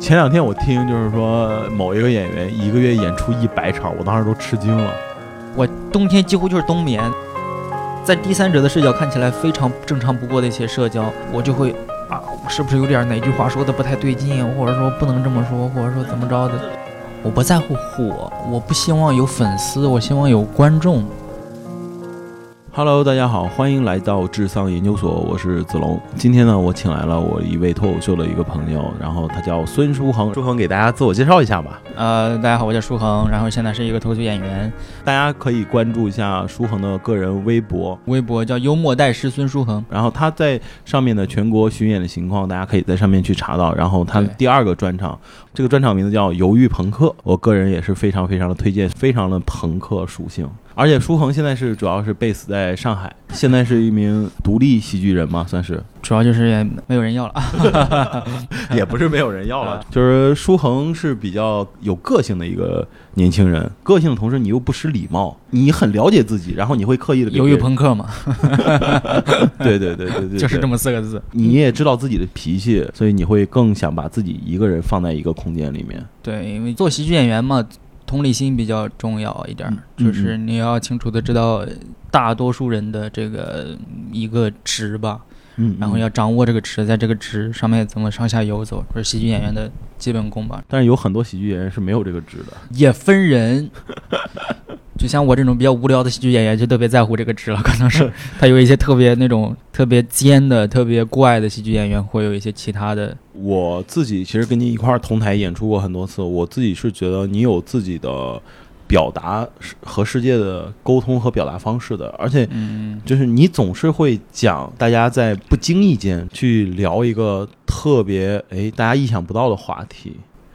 前两天我听就是说某一个演员一个月演出一百场，我当时都吃惊了。我冬天几乎就是冬眠，在第三者的视角看起来非常正常不过的一些社交，我就会啊，我是不是有点哪句话说的不太对劲，或者说不能这么说，或者说怎么着的？我不在乎火，我不希望有粉丝，我希望有观众。 Hello，大家好，欢迎来到智丧研究所，我是子龙。今天呢，我请来了我一位脱口秀的一个朋友，然后他叫孙书恒。书恒给大家自我介绍一下吧，呃，大家好，我叫舒恒，然后现在是一个脱口秀演员，大家可以关注一下书恒的个人微博，微博叫幽默代师孙舒恒。然后他在上面的全国巡演的情况，大家可以在上面去查到。然后他对第二个专场，这个专场名字叫《犹豫朋克》，我个人也是非常非常的推荐，非常的朋克属性。而且舒恒现在是主要是 base 在上海，现在是一名独立喜剧人嘛，算是主要就是也没有人要了啊， 也不是没有人要了啊。 就是舒恒是比较有个性的一个年轻人，个性的同时你又不失礼貌，你很了解自己，然后你会刻意的犹豫朋克嘛， 对对对 对对，就是么。这么四个字。你也知道自己的脾气，所以你会更想把自己一个人放在一个空间里面。对，因为做喜剧演员嘛，同理心比较重要一点儿，嗯就是你要清楚的知道大多数人的这个一个值吧，嗯然后要，掌握这个值，在这个值上面怎么上下游走，这是喜剧演员的基本功吧。但是有很多喜剧演员是没有这个值的。也分人，就像我这种比较无聊的喜剧演员，就特别在乎这个值了。可能是他有一些特别那种特别尖的、特别怪的喜剧演员，会有一些其他的。我自己其实跟你一块儿同台演出过很多次，我自己是觉得你有自己的表达是和世界的沟通和表达方式的，而且嗯，就是你总是会讲，大家在不经意间去聊一个特别哎大家意想不到的话题。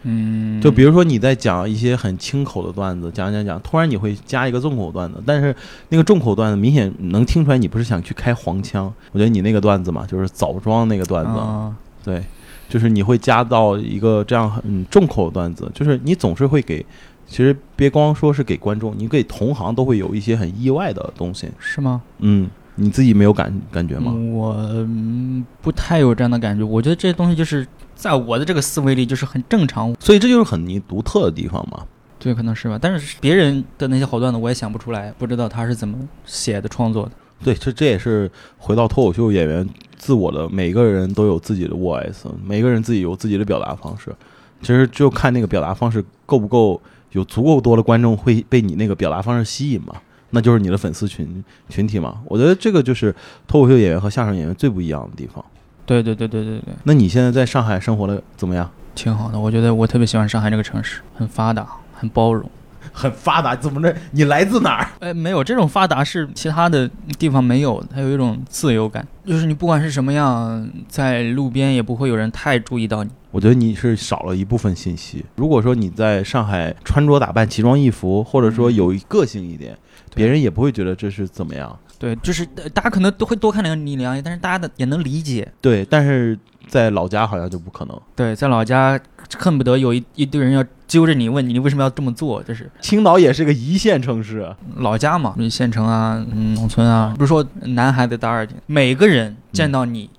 嗯，就比如说你在讲一些很轻口的段子，讲讲讲，突然你会加一个重口段子，但是那个重口段子明显能听出来你不是想去开黄腔。我觉得你那个段子嘛，就是枣庄那个段子，啊，对，就是你会加到一个这样很重口的段子，就是你总是会给，其实别光说是给观众，你给同行都会有一些很意外的东西。是吗？嗯，你自己没有感感觉吗？嗯我嗯不太有这样的感觉。我觉得这东西就是在我的这个思维里就是很正常，所以这就是很你独特的地方嘛。对，可能是吧。但是别人的那些好段子我也想不出来，不知道他是怎么写的、创作的。对，这这也是回到脱口秀演员自我的，每个人都有自己的 voice，每个人自己有自己的表达方式。其实就看那个表达方式够不够有足够多的观众会被你那个表达方式吸引嘛，那就是你的粉丝群群体嘛。我觉得这个就是脱口秀演员和相声演员最不一样的地方。对对对对对对，那你现在在上海生活的怎么样？挺好的。我觉得我特别喜欢上海这个城市，很发达，很包容。很发达，怎么着？你来自哪儿？哎，没有这种发达是其他的地方没有的，它有一种自由感，就是你不管是什么样，在路边也不会有人太注意到你。我觉得你是少了一部分信息。如果说你在上海穿着打扮奇装异服，或者说有个性一点，对别人也不会觉得这是怎么样。对，就是呃大家可能都会多看两你两眼，但是大家的也能理解。对，但是在老家好像就不可能。对，在老家恨不得有一一堆人要揪着你问你，你为什么要这么做？就是青岛也是个一线城市，老家嘛，县城啊，嗯，农村啊，不是说男孩子打耳钉，每个嗯人见到你。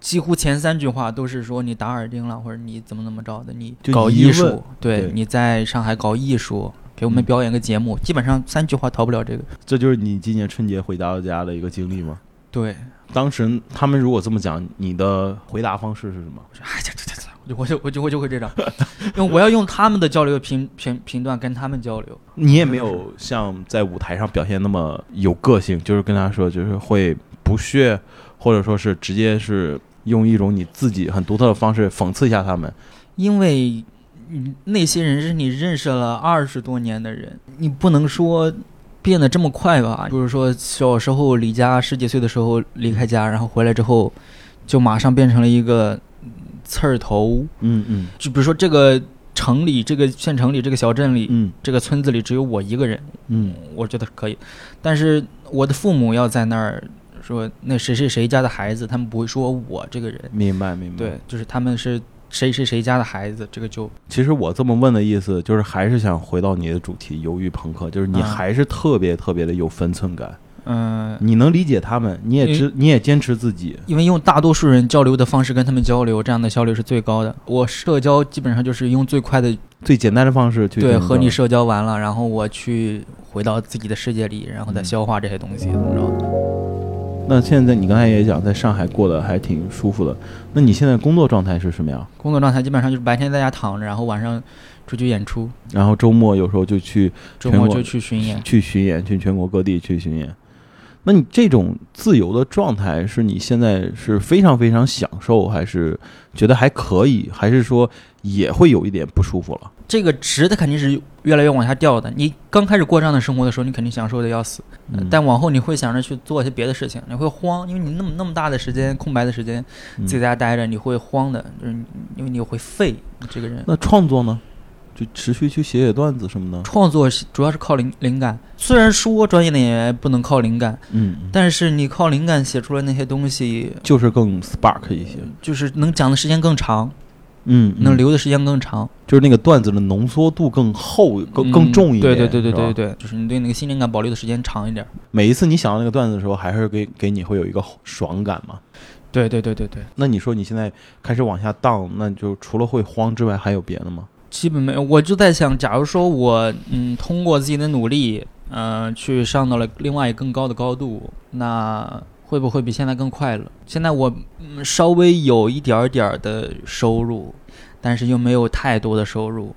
几乎前三句话都是说你打耳钉了，或者你怎么怎么着的，你就搞疑艺问术，对对你在上海搞艺术，给我们嗯表演个节目，基本上三句话逃不了这个。这就是你今年春节回到家的一个经历吗？对，当时他们如果这么讲，你的回答方式是什么？哎，这这这这，我就我就我就我就会 这样，因为我要用他们的交流频频频段跟他们交流。你也没有像在舞台上表现那么有个性，就是跟他说，就是会不屑，或者说是直接是用一种你自己很独特的方式讽刺一下他们。因为嗯那些人是你认识了二十多年的人，你不能说变得这么快吧？就是说小时候离家十几岁的时候离开家，然后回来之后就马上变成了一个嗯刺儿头。嗯嗯就比如说这个城里、这个县城里、这个小镇里、嗯这个村子里只有我一个人，嗯，我觉得可以。但是我的父母要在那儿说那谁谁谁家的孩子，他们不会说我这个人。明白明白。对，，就是他们是谁谁谁家的孩子，这个就其实我这么问的意思，就是还是想回到你的主题，犹豫朋克，就是你啊还是特别特别的有分寸感。嗯，你能理解他们，你也知你也坚持自己，因为用大多数人交流的方式跟他们交流，这样的效率是最高的。我社交基本上就是用最快的最简单的方式去对跟和你们社交完了，然后我去回到自己的世界里，然后再消化这些东西，怎么着？那现在你刚才也讲，在上海过得还挺舒服的。那你现在工作状态是什么样？工作状态基本上就是白天在家躺着，然后晚上出去演出，然后周末有时候就去周全末国就去巡演。去巡演，去全国各地去巡演。那你这种自由的状态，是你现在是非常非常享受，还是觉得还可以，还是说也会有一点不舒服了？这个值它肯定是越来越往下掉的。你刚开始过这样的生活的时候，你肯定享受的要死，呃嗯但往后你会想着去做一些别的事情，你会慌，因为你那么那么大的时间空白的时间嗯自己在家待着，你会慌的，就是你因为你会废你这个人。那创作呢？就持续去写写段子什么的。创作是主要是靠灵灵感，虽然说专业的演员不能靠灵感，嗯，但是你靠灵感写出来那些东西，就是更 spark 一些。就是能讲的时间更长，嗯，嗯能留的时间更长。就是那个段子的浓缩度更厚、更更嗯重一点。对对对对对是吧对，就是你对那个新灵感保留的时间长一点。每一次你想到那个段子的时候，还是给给你会有一个爽感嘛？对对对对对，那你说你现在开始往下荡，那就除了会慌之外，还有别的吗？基本没有。我就在想，假如说我嗯通过自己的努力，呃，去上到了另外一个更高的高度，那会不会比现在更快乐？现在我、嗯、稍微有一点儿点儿的收入，但是又没有太多的收入。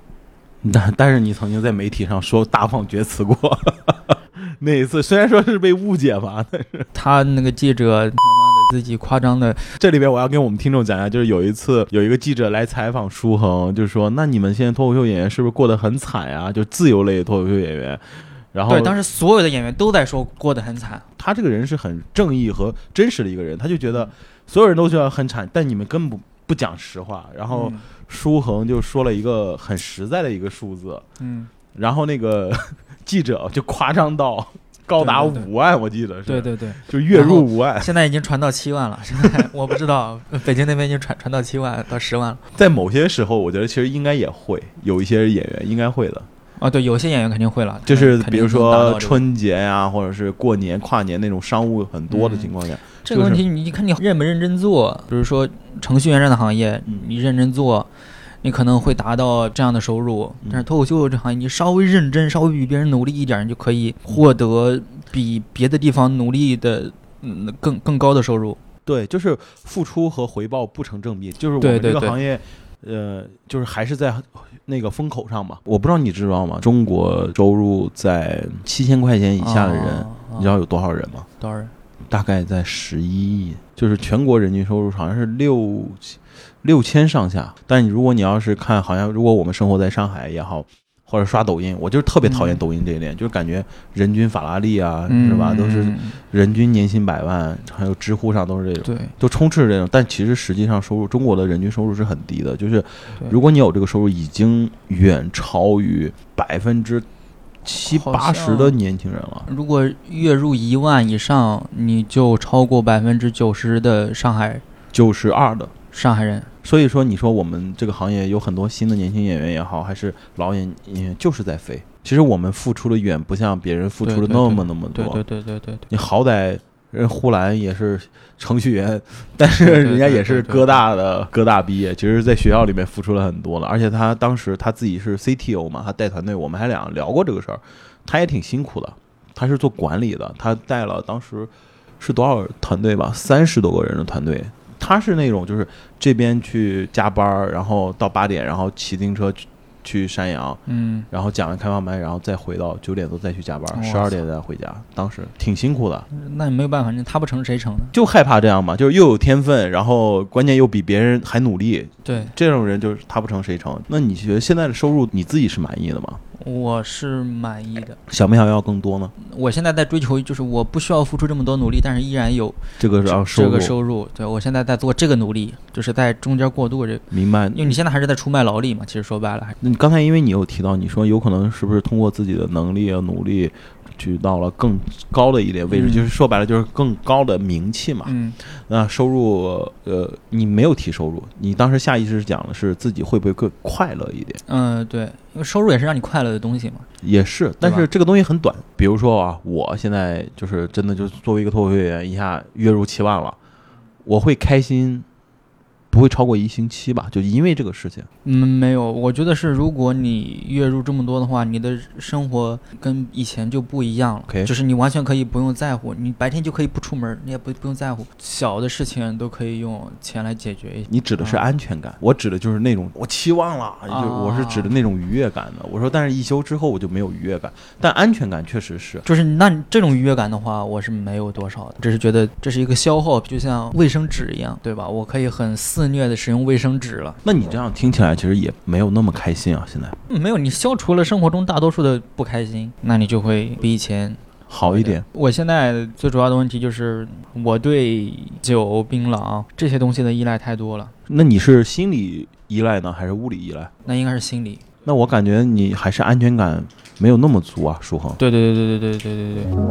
但但是你曾经在媒体上说大放厥词过， 那一次虽然说是被误解吧，但他那个记者他妈的自己夸张的，这里边我要跟我们听众讲一下，就是有一次有一个记者来采访舒恒，就说那你们现在脱口秀演员是不是过得很惨啊？就自由类的脱口秀演员，然后对，当时所有的演员都在说过得很惨。他这个人是很正义和真实的一个人，他就觉得所有人都觉得很惨，但你们根本不不讲实话。然后嗯舒恒就说了一个很实在的一个数字，嗯，然后那个 记者就夸张到高达对对对五万，我记得是，哎对对对，就月入五万，现在已经传到七万了。现在 我不知道北京那边已经传传到七万到十万了。在某些时候，我觉得其实应该也会有一些演员应该会的，啊，对，有些演员肯定会了，就是肯定比如能达到说这个春节呀、或者是过年跨年那种商务很多的嗯情况下，这个问题，你看你认不认真做？比如说程序员这样的行业嗯，你认真做，你可能会达到这样的收入嗯。但是脱口秀这行业，你稍微认真，稍微比别人努力一点，你就可以获得比别的地方努力的。嗯，更更高的收入，对，就是付出和回报不成正比，就是我对们这对个对行业，呃，就是还是在那个风口上嘛。我不知道你知道吗？中国收入在七千块钱以下的人，哦你知道有多少人吗？多少人？大概在十一亿，就是全国人均收入好像是六六千上下。但你如果你要是看，好像如果我们生活在上海也好，或者刷抖音，我就是特别讨厌嗯抖音这一点，就是感觉人均法拉利啊，嗯是吧？都是嗯人均年薪百万，还有知乎上都是这种。对，都充斥着这种，但其实实际上收入，中国的人均收入是很低的。就是对如果你有这个收入，已经远超于百分之七好八十像的年轻人了。如果月入一万以上，你就超过百分之九十的上海九十二的。上海人。所以说，你说我们这个行业有很多新的年轻演员也好，还是老演演员，就是在飞。其实我们付出的远不像别人付出的对对那么那么多。对对对对对对。你好歹人呼兰也是程序员，但是对对人家也是对对对哥大的哥大毕业，其实在学校里面付出了很多了。而且他当时他自己是 CTO 嘛，他带团队，我们还俩聊过这个事儿，他也挺辛苦的。他是做管理的，他带了当时是多少团队吧，三十多个人的团队。他是那种就是这边去加班儿，然后到八点，然后骑自行车去去山羊，嗯，然后讲完开放麦，然后再回到九点多再去加班，哇十塞二点再回家，当时挺辛苦的，那也没有办法，那他不成谁成呢？就害怕这样嘛，就是又有天分，然后关键又比别人还努力，对，这种人就是他不成谁成。那你觉得现在的收入你自己是满意的吗？我是满意的。想不想要更多呢？我现在在追求，就是我不需要付出这么多努力，但是依然有这个是要收这入，个收入。对我现在在做这个努力，就是在中间过渡这个，明白因？为你现在还是在出卖劳力嘛。其实说白了，还那你刚才因为你有提到，你说有可能是不是通过自己的能力啊努力，去到了更高的一点位置，嗯就是说白了就是更高的名气嘛。嗯那收入，呃，你没有提收入，你当时下意识讲的是自己会不会更快乐一点，嗯，对，因为收入也是让你快乐的东西嘛。也是，但对是这个东西很短。比如说啊，我现在就是真的就是作为一个脱口秀演员，一下月入七万了，我会开心，不会超过一星期吧？就因为这个事情，嗯，没有，我觉得是，如果你月入这么多的话，你的生活跟以前就不一样了。 OK 就是你完全可以不用在乎，你白天就可以不出门，你也不不用在乎，小的事情都可以用钱来解决。你指的是啊安全感，我指的就是那种我期望了，就我是指的那种愉悦感的。我说，但是一休之后我就没有愉悦感，但安全感确实是。就是那你这种愉悦感的话，我是没有多少的，只是觉得这是一个消耗，就像卫生纸一样，对吧？我可以很肆虐的使用卫生纸了。那你这样听起来其实也没有那么开心啊，现在嗯没有，你消除了生活中大多数的不开心，那你就会比以前好一点。。我现在最主要的问题就是我对酒、槟榔这些东西的依赖太多了，那你是心理依赖呢，还是物理依赖？那应该是心理。那我感觉你还是安全 感没有那么足啊，舒恒。对对对对对对对对对。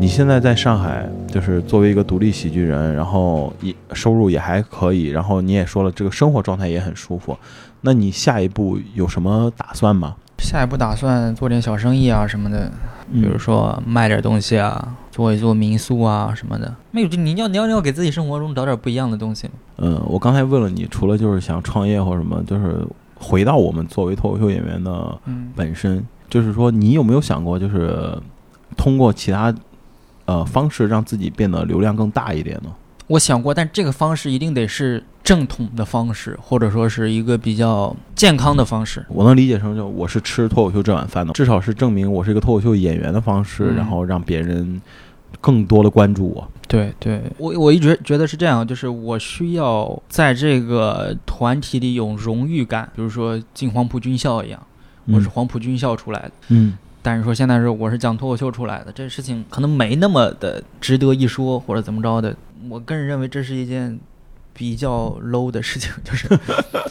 你现在在上海，就是作为一个独立喜剧人，然后也收入也还可以，然后你也说了这个生活状态也很舒服。那你下一步有什么打算吗？下一步打算做点小生意啊什么的，比如说卖点东西啊，做一做民宿啊什么的。没有，就你要你要你要给自己生活中找点不一样的东西。嗯，我刚才问了你，除了就是想创业或什么，就是回到我们作为脱口秀演员的嗯，本身，就是说你有没有想过，就是通过其他呃方式让自己变得流量更大一点呢？我想过，但这个方式一定得是正统的方式，或者说是一个比较健康的方式。我能理解成就我是吃脱口秀这碗饭的，至少是证明我是一个脱口秀演员的方式，嗯然后让别人更多的关注我。对对，我我一直觉得是这样，就是我需要在这个团体里有荣誉感，比如说进黄埔军校一样，我是黄埔军校出来的。嗯，但是说现在是我是讲脱口秀出来的，这事情可能没那么的值得一说，或者怎么着的。我个人认为这是一件比较 low 的事情，就是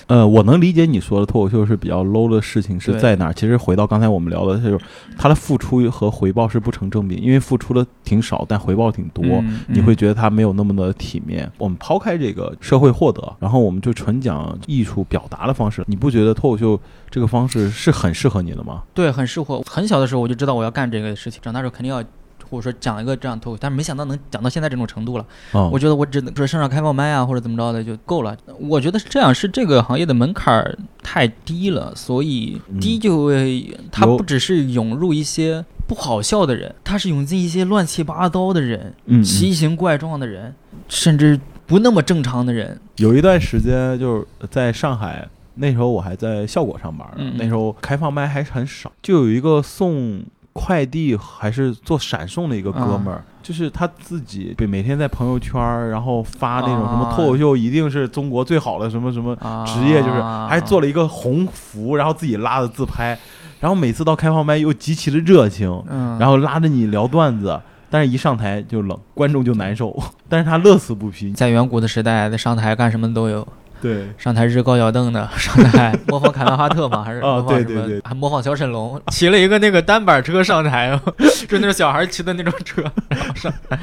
呃，我能理解你说的脱口秀是比较 low 的事情是对在哪儿。其实回到刚才我们聊的，就是它的付出和回报是不成正比，因为付出的挺少，但回报挺多。嗯你会觉得它没有那么的体面。我们抛开这个社会获得，然后我们就纯讲艺术表达的方式。你不觉得脱口秀这个方式是很适合你的吗？对，很适合。很小的时候我就知道我要干这个事情，长大之后肯定要，或者说讲一个这样脱口，但是没想到能讲到现在这种程度了。嗯，我觉得我只能说上上开放麦啊，或者怎么着的就够了。我觉得是这样，是这个行业的门槛儿太低了，所以嗯低就会，它有不只是涌入一些不好笑的人，它是涌进一些乱七八糟的人、嗯，嗯奇形怪状的人，甚至不那么正常的人。有一段时间就是在上海，那时候我还在效果上班呢，嗯嗯那时候开放麦还很少，就有一个送快递还是做闪送的一个哥们儿。啊就是他自己每每天在朋友圈儿，然后发那种什么啊脱口秀一定是中国最好的什么什么啊，职业就是还做了一个红服，然后自己拉的自拍，然后每次到开放麦又极其的热情，嗯，然后拉着你聊段子，但是一上台就冷，观众就难受，但是他乐此不疲。在远古的时代，在上台干什么都有。对，上台日高脚凳的， 上台模仿凯文哈特嘛，还是啊模仿对什么对对还模仿小沈龙， 骑了一个那个单板车上台， 就那种小孩骑的那种车，然后上台，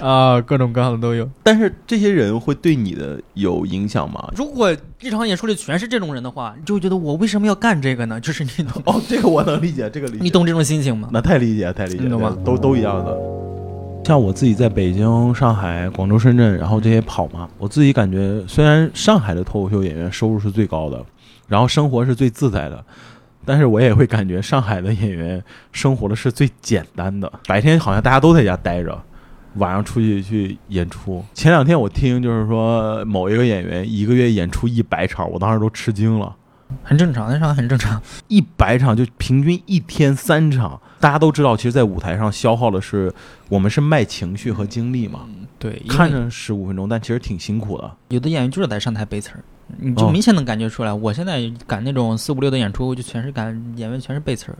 啊，各种各样的都有。但是这些人会对你的有影响吗？如果日常演出里全是这种人的话，你就会觉得我为什么要干这个呢？就是你 懂，哦，这个我能理解，这个理解，你懂这种心情吗？那太理解，太理解，你懂吗？都都一样的。像我自己在北京、上海、广州、深圳，然后这些跑嘛，我自己感觉，虽然上海的脱口秀演员收入是最高的，然后生活是最自在的，但是我也会感觉上海的演员生活的是最简单的。白天好像大家都在家待着，晚上出去去演出。前两天我听就是说某一个演员一个月演出一百场，我当时都吃惊了。很正常，那场很正常。一百场就平均一天三场，大家都知道，其实，在舞台上消耗的是我们是卖情绪和精力嘛。对，因为看着十五分钟，但其实挺辛苦的。有的演员就是在上台背词儿，你就哦明显能感觉出来。我现在赶那种四五六的演出，就全是赶演员全是背词儿。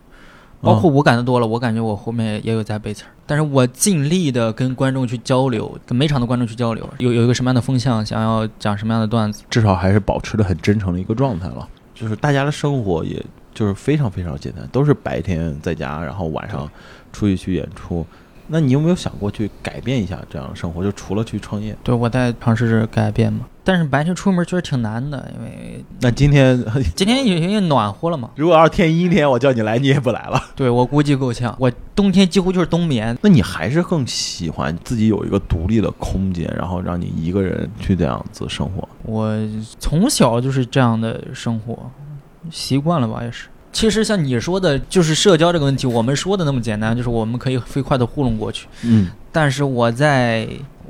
包括哦我赶的多了，我感觉我后面也有在背词儿，但是我尽力的跟观众去交流，跟每场的观众去交流，有有一个什么样的风向，想要讲什么样的段子，至少还是保持的很真诚的一个状态了。就是大家的生活也就是非常非常简单，都是白天在家，然后晚上出去去演出。那你有没有想过去改变一下这样的生活？就除了去创业，对我在尝试着改变嘛。但是白天出门确实挺难的，因为那今天 今天也因为暖和了嘛。如果要是天阴天，我叫你来，你也不来了。对我估计够呛，我冬天几乎就是冬眠。那你还是更喜欢自己有一个独立的空间，然后让你一个人去这样子生活。我从小就是这样的生活，习惯了吧也是。其实像你说的，就是社交这个问题，我们说的那么简单，就是我们可以飞快的糊弄过去。嗯，但是我在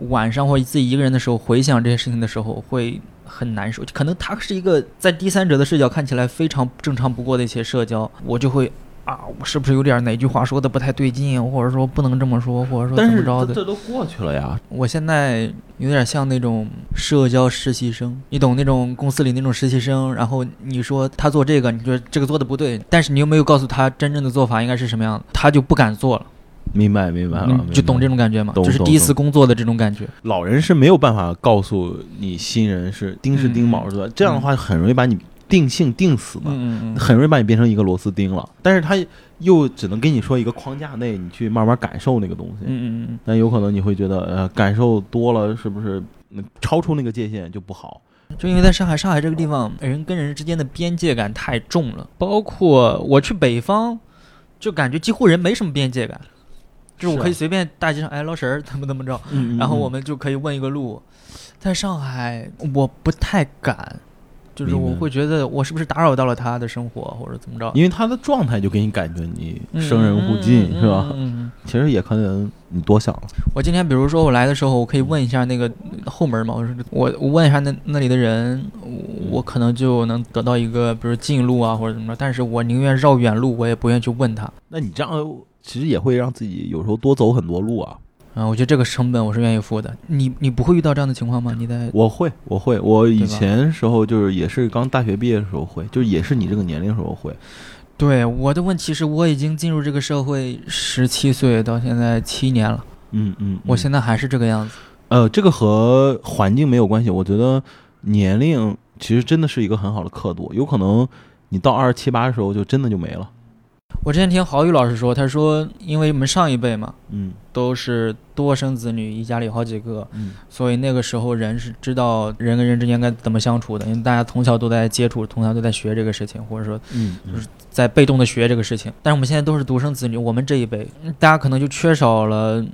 晚上或者自己一个人的时候，回想这些事情的时候，会很难受。可能它是一个在第三者的视角看起来非常正常不过的一些社交，我就会啊，我是不是有点哪句话说的不太对劲，或者说不能这么说，或者说但怎是么着这的？这都过去了呀。我现在有点像那种社交实习生，你懂那种公司里那种实习生，然后你说他做这个，你觉得这个做的不对，但是你又没有告诉他真正的做法应该是什么样的，他就不敢做了。明白，明白了，明你白嗯就懂这种感觉吗？懂就是懂第一懂次工作的这种感觉。老人是没有办法告诉你新人是钉是钉，嗯卯是的，这样的话很容易把你定性定死嘛，嗯嗯嗯，很容易把你变成一个螺丝钉了。但是他又只能跟你说一个框架内，你去慢慢感受那个东西。嗯嗯嗯，但有可能你会觉得，呃，感受多了是不是嗯超出那个界限就不好？就因为在上海，上海这个地方人跟人之间的边界感太重了，包括我去北方，就感觉几乎人没什么边界感，就是是我啊可以随便大街上哎老婶儿怎么怎么着，嗯然后我们就可以问一个路。在上海，我不太敢，就是明白我会觉得我是不是打扰到了他的生活或者怎么着。因为他的状态就给你感觉你生人勿近，嗯是吧？嗯嗯嗯嗯其实也可能你多想了，我今天比如说我来的时候，我可以问一下那个后门嘛，我说我我问一下那那里的人，嗯我我可能就能得到一个，比如近路啊或者怎么着，但是我宁愿绕远路，我也不愿意去问他。那你这样其实也会让自己有时候多走很多路啊。啊，我觉得这个成本我是愿意付的。你你不会遇到这样的嗯情况吗？你在我会，我会，我以对吧前时候就是也是刚大学毕业的时候会，就是也是你这个年龄时候会，对我的问题是，我已经进入这个社会十七岁到现在七年了，嗯嗯，我现现在还是这个样子。呃，这个和环境没有关系，我觉得年龄其实真的是一个很好的刻度，有可能你到二十七八的时候就真的就没了，我之前听郝宇老师说，他说因为我们上一辈嘛嗯都是多生子女，一家里有好几个，嗯，所以那个时候人是知道人跟人之间该怎么相处的，因为大家从小都在接触，从小都在学这个事情，或者说嗯就是在被动的学这个事情。但是我们现在都是独生子女，我们这一辈，嗯大家可能就缺少了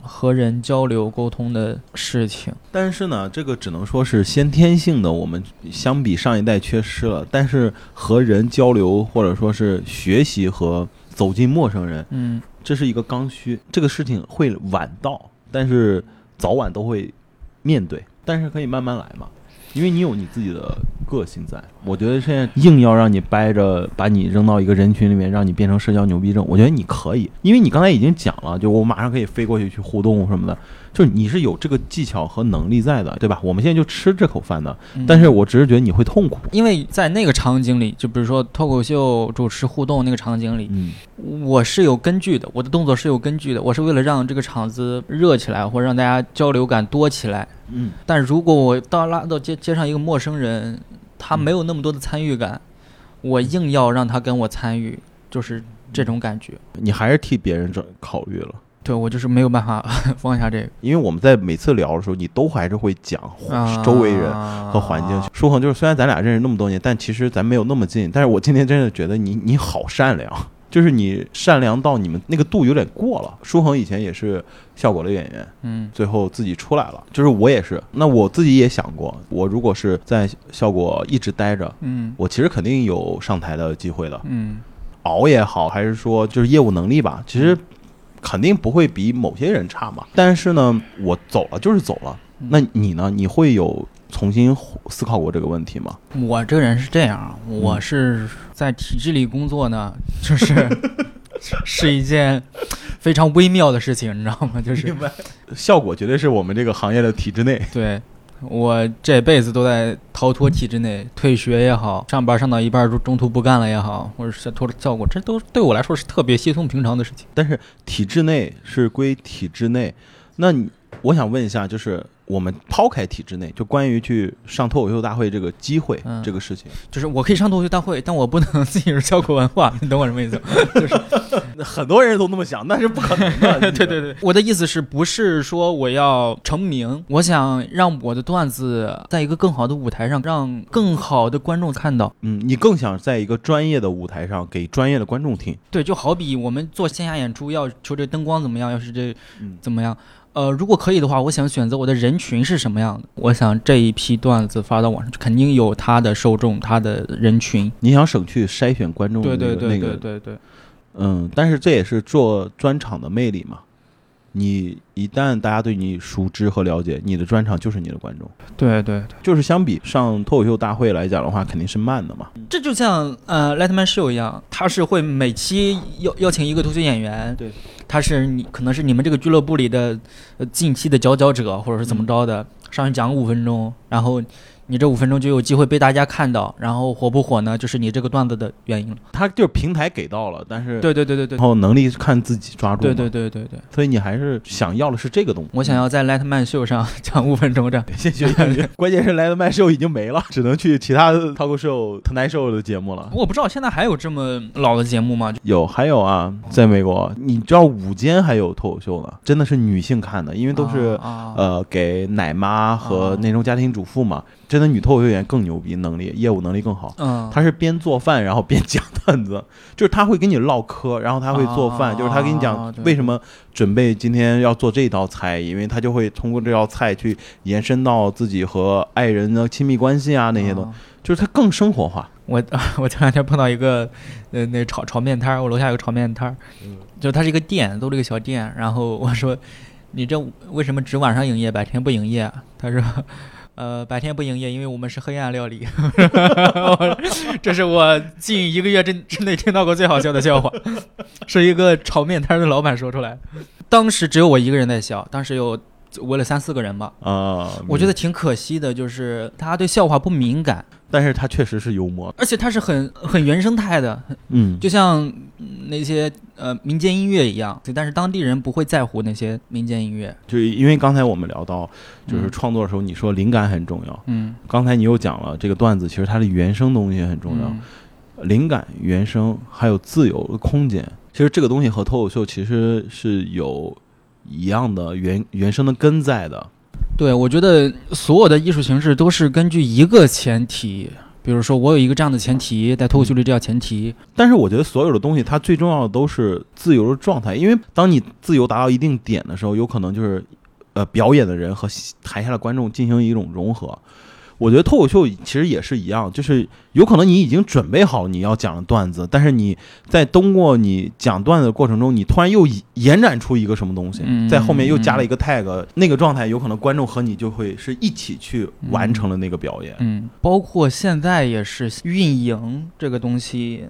和人交流沟通的事情。但是呢，这个只能说是先天性的，我们相比上一代缺失了，但是和人交流或者说是学习和走进陌生人，嗯，这是一个刚需，这个事情会晚到，但是早晚都会面对，但是可以慢慢来嘛，因为你有你自己的个性在。我觉得现在硬要让你掰着，把你扔到一个人群里面，让你变成社交牛逼症，我觉得你可以，因为你刚才已经讲了，就我马上可以飞过去去互动什么的，就是你是有这个技巧和能力在的，对吧？我们现在就吃这口饭的，嗯但是我只是觉得你会痛苦。因为在那个场景里，就比如说脱口秀主持互动那个场景里，嗯，我是有根据的，我的动作是有根据的，我是为了让这个场子热起来，或者让大家交流感多起来。嗯，但如果我到拉到街街上一个陌生人，他嗯没有那么多的参与感，我硬要让他跟我参与，就是这种感觉。你还是替别人着考虑了。对我就是没有办法 放下这个因为我们在每次聊的时候，你都还是会讲啊周围人和环境。舒恒就是虽然咱俩认识那么多年，但其实咱没有那么近。但是我今天真的觉得你你好善良，就是你善良到你们那个度有点过了。舒恒以前也是效果类演员，嗯最后自己出来了，就是我也是。那我自己也想过，我如果是在效果一直待着。嗯我其实肯定有上台的机会的，嗯，熬也好，还是说就是业务能力吧，其实肯定不会比某些人差嘛。但是呢，我走了就是走了，嗯那你呢？你会有重新思考过这个问题吗？我这个人是这样，啊我嗯是在体制里工作呢， 就是是一件非常微妙的事情，你知道吗？就是效果绝对是我们这个行业的体制内。对我这辈子都在逃脱体制内，退学也好，上班上到一半儿中中途不干了也好，或者是脱离效果，这都对我来说是特别稀松平常的事情。但是体制内是归体制内，那你我想问一下，就是我们抛开体制内，就关于去上脱口秀大会这个机会、嗯这个事情，就是我可以上脱口秀大会，但我不能 自己是教口文化，你懂我什么意思吗？很多人都那么想，那是不可 能的。 对对对，我的意思是不是说我要成名？我想让我的段子在一个更好的舞台上，让更好的观众看到。嗯，你更想在一个专业的舞台上给专业的观众听。对，就好比我们做线下演出要求这灯光怎么样，要是这嗯怎么样？呃，如果可以的话，我想选择我的人群是什么样的。我想这一批段子发到网上去，肯定有它的受众，它的人群。你想省去筛选观众的对那个对对那对个，对对，嗯，但是这也是做专场的魅力嘛。你一旦大家对你熟知和了解，你的专场就是你的观众。对对就是相比上脱口秀大会来讲的话，肯定是慢的嘛。这就像呃《Letman Show》一样，他是会每期邀邀请一个脱口秀演员，对，他是你可能是你们这个俱乐部里的呃近期的佼佼者，或者是怎么着的，上去讲个五分钟，然后你这五分钟就有机会被大家看到，然后火不火呢，就是你这个段子的原因了。他就是平台给到了，但是对对对对对然后能力是看自己抓住。对对，对对对，所以你还是想要的是这个东西。我 想要在《Letman Show》上讲五分钟这样。先学英语，关键是来的麦 show 已经没了，只能去其他 talk show、t o n i g h show 的节目了。我不知道现在还有这么老的节目吗？有，还有啊，在美国，你知道午间还有脱口秀呢，真的是女性看的，因为都是、啊，啊呃给奶妈和那种家庭主妇嘛。真的女脱口秀演员更牛逼，能力、业务能力更好。嗯，她是边做饭然后边讲段子， 就是她会跟你唠嗑，然后她会做饭，啊就是她跟你讲对为什么准备今天要做这道菜，因为她就会通过这道菜去延伸到自己和爱人的亲密关系啊那些东西，啊就是她更生活化。我 我前两天碰到一个，呃，那炒炒面摊儿，我楼下有个炒面摊儿，就是它是一个店，都是一个小店。然后我说，你这为什么只晚上营业，白天不营业啊？他说，呃，白天不营业，因为我们是黑暗料理。 我这是我近一个月之之内听到过最好笑的笑话， 是一个炒面摊儿的老板说出来。当时只有我一个人在笑，当时有围了三四个人吧，啊、我觉得，挺可惜的，就是大家对笑话不敏感。但是她确实是幽默的，而且它是很很原生态的，嗯，就像嗯那些呃民间音乐一样，对，但是当地人不会在乎那些民间音乐。就因为刚才我们聊到，就是嗯创作的时候，你说灵感很重要，嗯，刚才你又讲了这个段子，其实它的原生东西很重要，嗯灵感、原声还有自由的空间，其实这个东西和脱口秀其实是有一样的原原生的根在的。对，我觉得所有的艺术形式都是根据一个前提，比如说我有一个这样的前提，在脱口秀里这叫前提，但是我觉得所有的东西，它最重要的都是自由的状态，因为当你自由达到一定点的时候，有可能就是呃表演的人和台下的观众进行一种融合。我觉得脱口秀其实也是一样，就是有可能你已经准备好你要讲的段子，但是你在通过你讲段子的过程中，你突然又以延展出一个什么东西，嗯在后面又加了一个 tag，、那个状态有可能观众和你就会是一起去完成了那个表演。嗯，包括现在也是运营这个东西，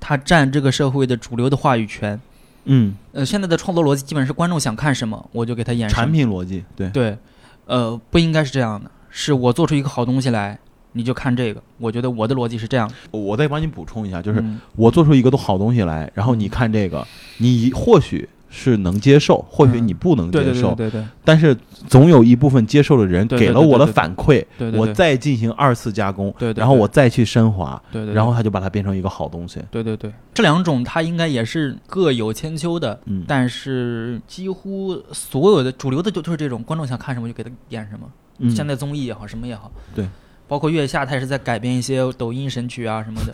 它占这个社会的主流的话语权。嗯，呃，现在的创作逻辑基本是观众想看什么，我就给他演什么产。品逻辑对，对，呃，不应该是这样的，是我做出一个好东西来，你就看这个。我觉得我的逻辑是这样的，我再帮你补充一下，就是嗯我做出一个都好东西来，然后你看这个，你或许是能接受，或许你不能接嗯对受，对对对对但是总有一部分接受的人对给了对对我的对对反馈，对对，我再进行二次加工，对对对然后我再去升华，对对，然后它就把它变成一个好东西。对对对，这两种它应该也是各有千秋的。嗯，但是几乎所有的主流的就就是这种，观众想看什么就给他演什么。嗯现在综艺也好，什么也好，对，包括月下，他也是在改编一些抖音神曲啊什么的。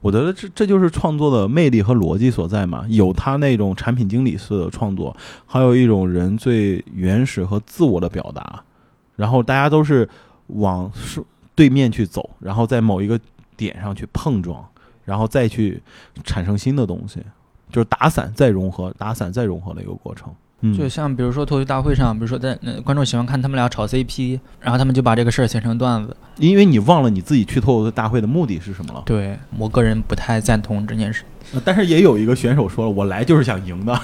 我觉得这这就是创作的魅力和逻辑所在嘛，有他那种产品经理式的创作，还有一种人最原始和自我的表达，然后大家都是往是对面去走，然后在某一个点上去碰撞，然后再去产生新的东西，就是打散再融合，打散再融合的一个过程。嗯，就像比如说脱口秀大会上，比如说在、呃、观众喜欢看他们俩炒 CP，然后他们就把这个事儿写成段子。因为你忘了你自己去脱口秀大会的目的是什么了。对我个人不太赞同这件事。呃但是也有一个选手说了，我来就是想赢的，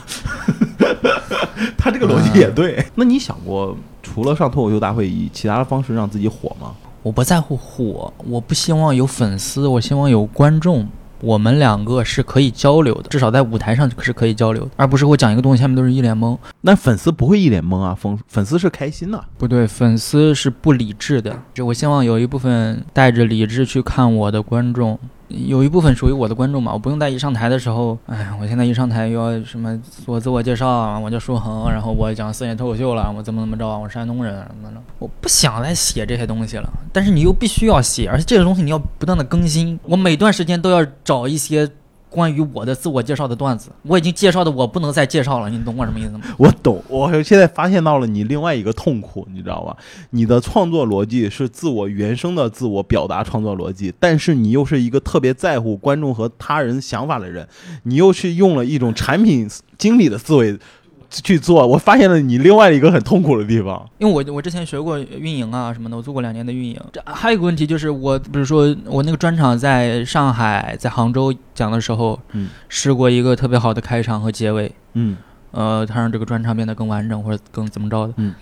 他这个逻辑也对。嗯那你想过除了上脱口秀大会，以其他的方式让自己火吗？我不在乎火，我不希望有粉丝，我希望有观众。我们两个是可以交流的，至少在舞台上是可以交流的，而不是我讲一个东西，下面都是一脸懵。那粉丝不会一脸懵啊，粉粉丝是开心的、不对，粉丝是不理智的。就我希望有一部分带着理智去看我的观众，有一部分属于我的观众嘛，我不用在一上台的时候，哎，我现在一上台又要什么做自我介绍啊，我叫舒恒，然后我讲四野脱口秀了，我怎么怎么着啊，我山东人怎么着，我不想再写这些东西了。但是你又必须要写，而且这个东西你要不断的更新，我每段时间都要找一些。关于我的自我介绍的段子，我已经介绍的我不能再介绍了，你懂我什么意思吗？我懂，我现在发现到了你另外一个痛苦，你知道吗？你的创作逻辑是自我原生的自我表达创作逻辑，但是你又是一个特别在乎观众和他人想法的人，你又是用了一种产品经理的思维去做。我发现了你另外一个很痛苦的地方。因为我我之前学过运营啊什么的，我做过两年的运营。这还有一个问题就是我，比如说我那个专场在上海、在杭州讲的时候，嗯试过一个特别好的开场和结尾，嗯呃，它让这个专场变得更完整或者更怎么着的。嗯。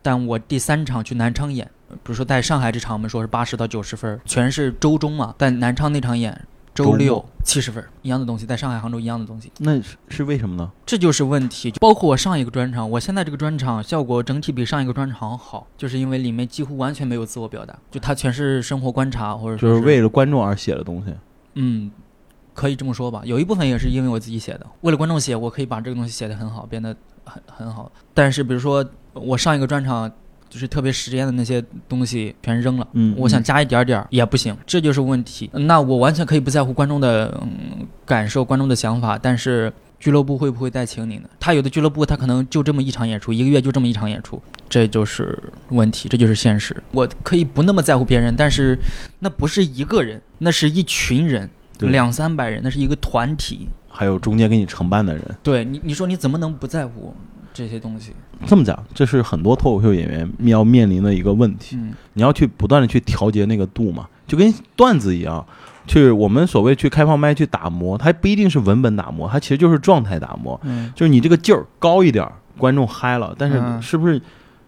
但我第三场去南昌演，比如说在上海这场我们说是八十到九十分儿，全是周中嘛，在南昌那场演周周六末七十分儿，一样的东西，在上海、杭州一样的东西。那是是为什么呢？这就是问题，包括我上一个专场，我现在这个专场效果整体比上一个专场好，就是因为里面几乎完全没有自我表达，就它全是生活观察，或者就说是为了观众而写的东西。嗯，可以这么说吧。有一部分也是因为我自己写的，为了观众写，我可以把这个东西写得很好，变得很很好。但是比如说我上一个专场，就是特别实验的那些东西全扔了。嗯，我想加一点点儿也不行，这就是问题。那我完全可以不在乎观众的、嗯、感受、观众的想法，但是俱乐部会不会再请你呢？他有的俱乐部他可能就这么一场演出，一个月就这么一场演出，这就是问题，这就是现实。我可以不那么在乎别人，但是那不是一个人，那是一群人，对两三百人，那是一个团体。还有中间给你承办的人。对你，你说你怎么能不在乎这些东西？这么讲，这是很多脱口秀演员要面临的一个问题。嗯，你要去不断的去调节那个度嘛，就跟段子一样，去我们所谓去开放麦去打磨，它不一定是文本打磨，它其实就是状态打磨，嗯，就是你这个劲儿高一点儿，观众嗨了，但嗯是是不是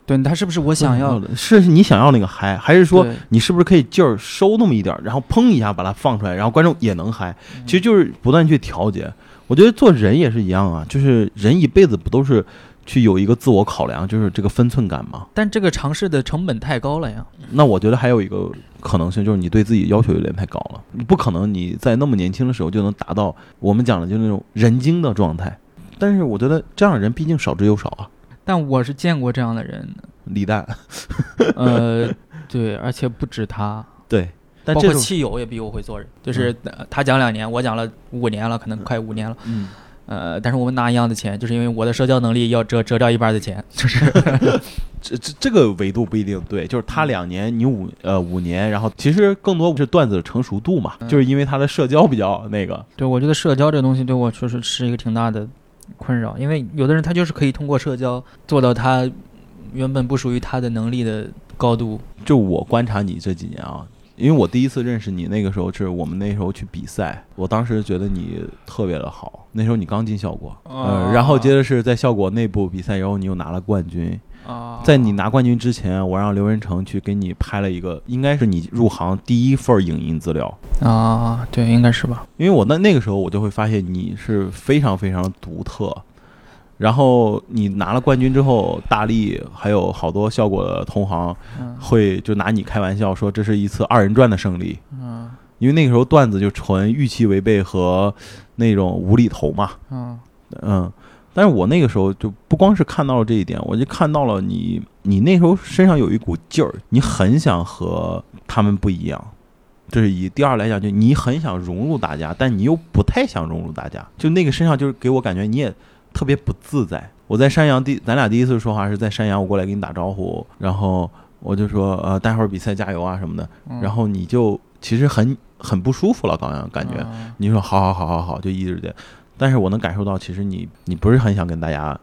对，他是不是我想要的？的？是你想要那个嗨，还是说对你是不是可以劲儿收那么一点儿，然后砰一下把它放出来，然后观众也能嗨？其实就是不断去调节。我觉得做人也是一样啊，就是人一辈子不都是去有一个自我考量，就是这个分寸感吗？但这个尝试的成本太高了呀。那我觉得还有一个可能性，就是你对自己要求有点太高了。你不可能你在那么年轻的时候就能达到我们讲的就是那种人精的状态。但是我觉得这样的人毕竟少之又少啊。但我是见过这样的人，李 诞，呃，对，而且不止他，对，但包这括种，汽友也比我会做人，就是、呃他讲两年，我讲了五年了，可能快五年了，嗯，呃，但是我们拿一样的钱，就是因为我的社交能力要折折掉一半的钱， 就是这这这个维度不一定对，就是他两年，你五呃五年，然后其实更多是段子的成熟度嘛，嗯就是因为他的社交比较那个，对我觉得社交这东西对我确实是一个挺大的困扰，因为有的人他就是可以通过社交做到他原本不属于他的能力的高度，就我观察你这几年啊，因为我第一次认识你那个时候是我们那时候去比赛，我当时觉得你特别的好，那时候你刚进效果，啊呃，然后接着是在效果内部比赛，然后你又拿了冠军。啊在你拿冠军之前，我让刘仁成去给你拍了一个，应该是你入行第一份影音资料。啊，对，应该是吧，因为我那那个时候我就会发现你是非常非常独特，然后你拿了冠军之后，大力还有好多效果的同行嗯会就拿你开玩笑说这是一次二人转的胜利，嗯因为那个时候段子就纯预期违背和那种无厘头嘛，嗯嗯，但是我那个时候就不光是看到了这一点，我就看到了你，你那时候身上有一股劲儿，你很想和他们不一样，这是一。第二来讲，就你很想融入大家，但你又不太想融入大家，就那个身上就是给我感觉你也特别不自在。我在山羊第，咱俩第一次说话是在山羊，我过来给你打招呼，然后我就说呃，待会儿比赛加油啊什么的，嗯，然后你就其实很很不舒服了，好像感觉。嗯你说好好好好好，就一直在，但是我能感受到，其实你你不是很想跟大家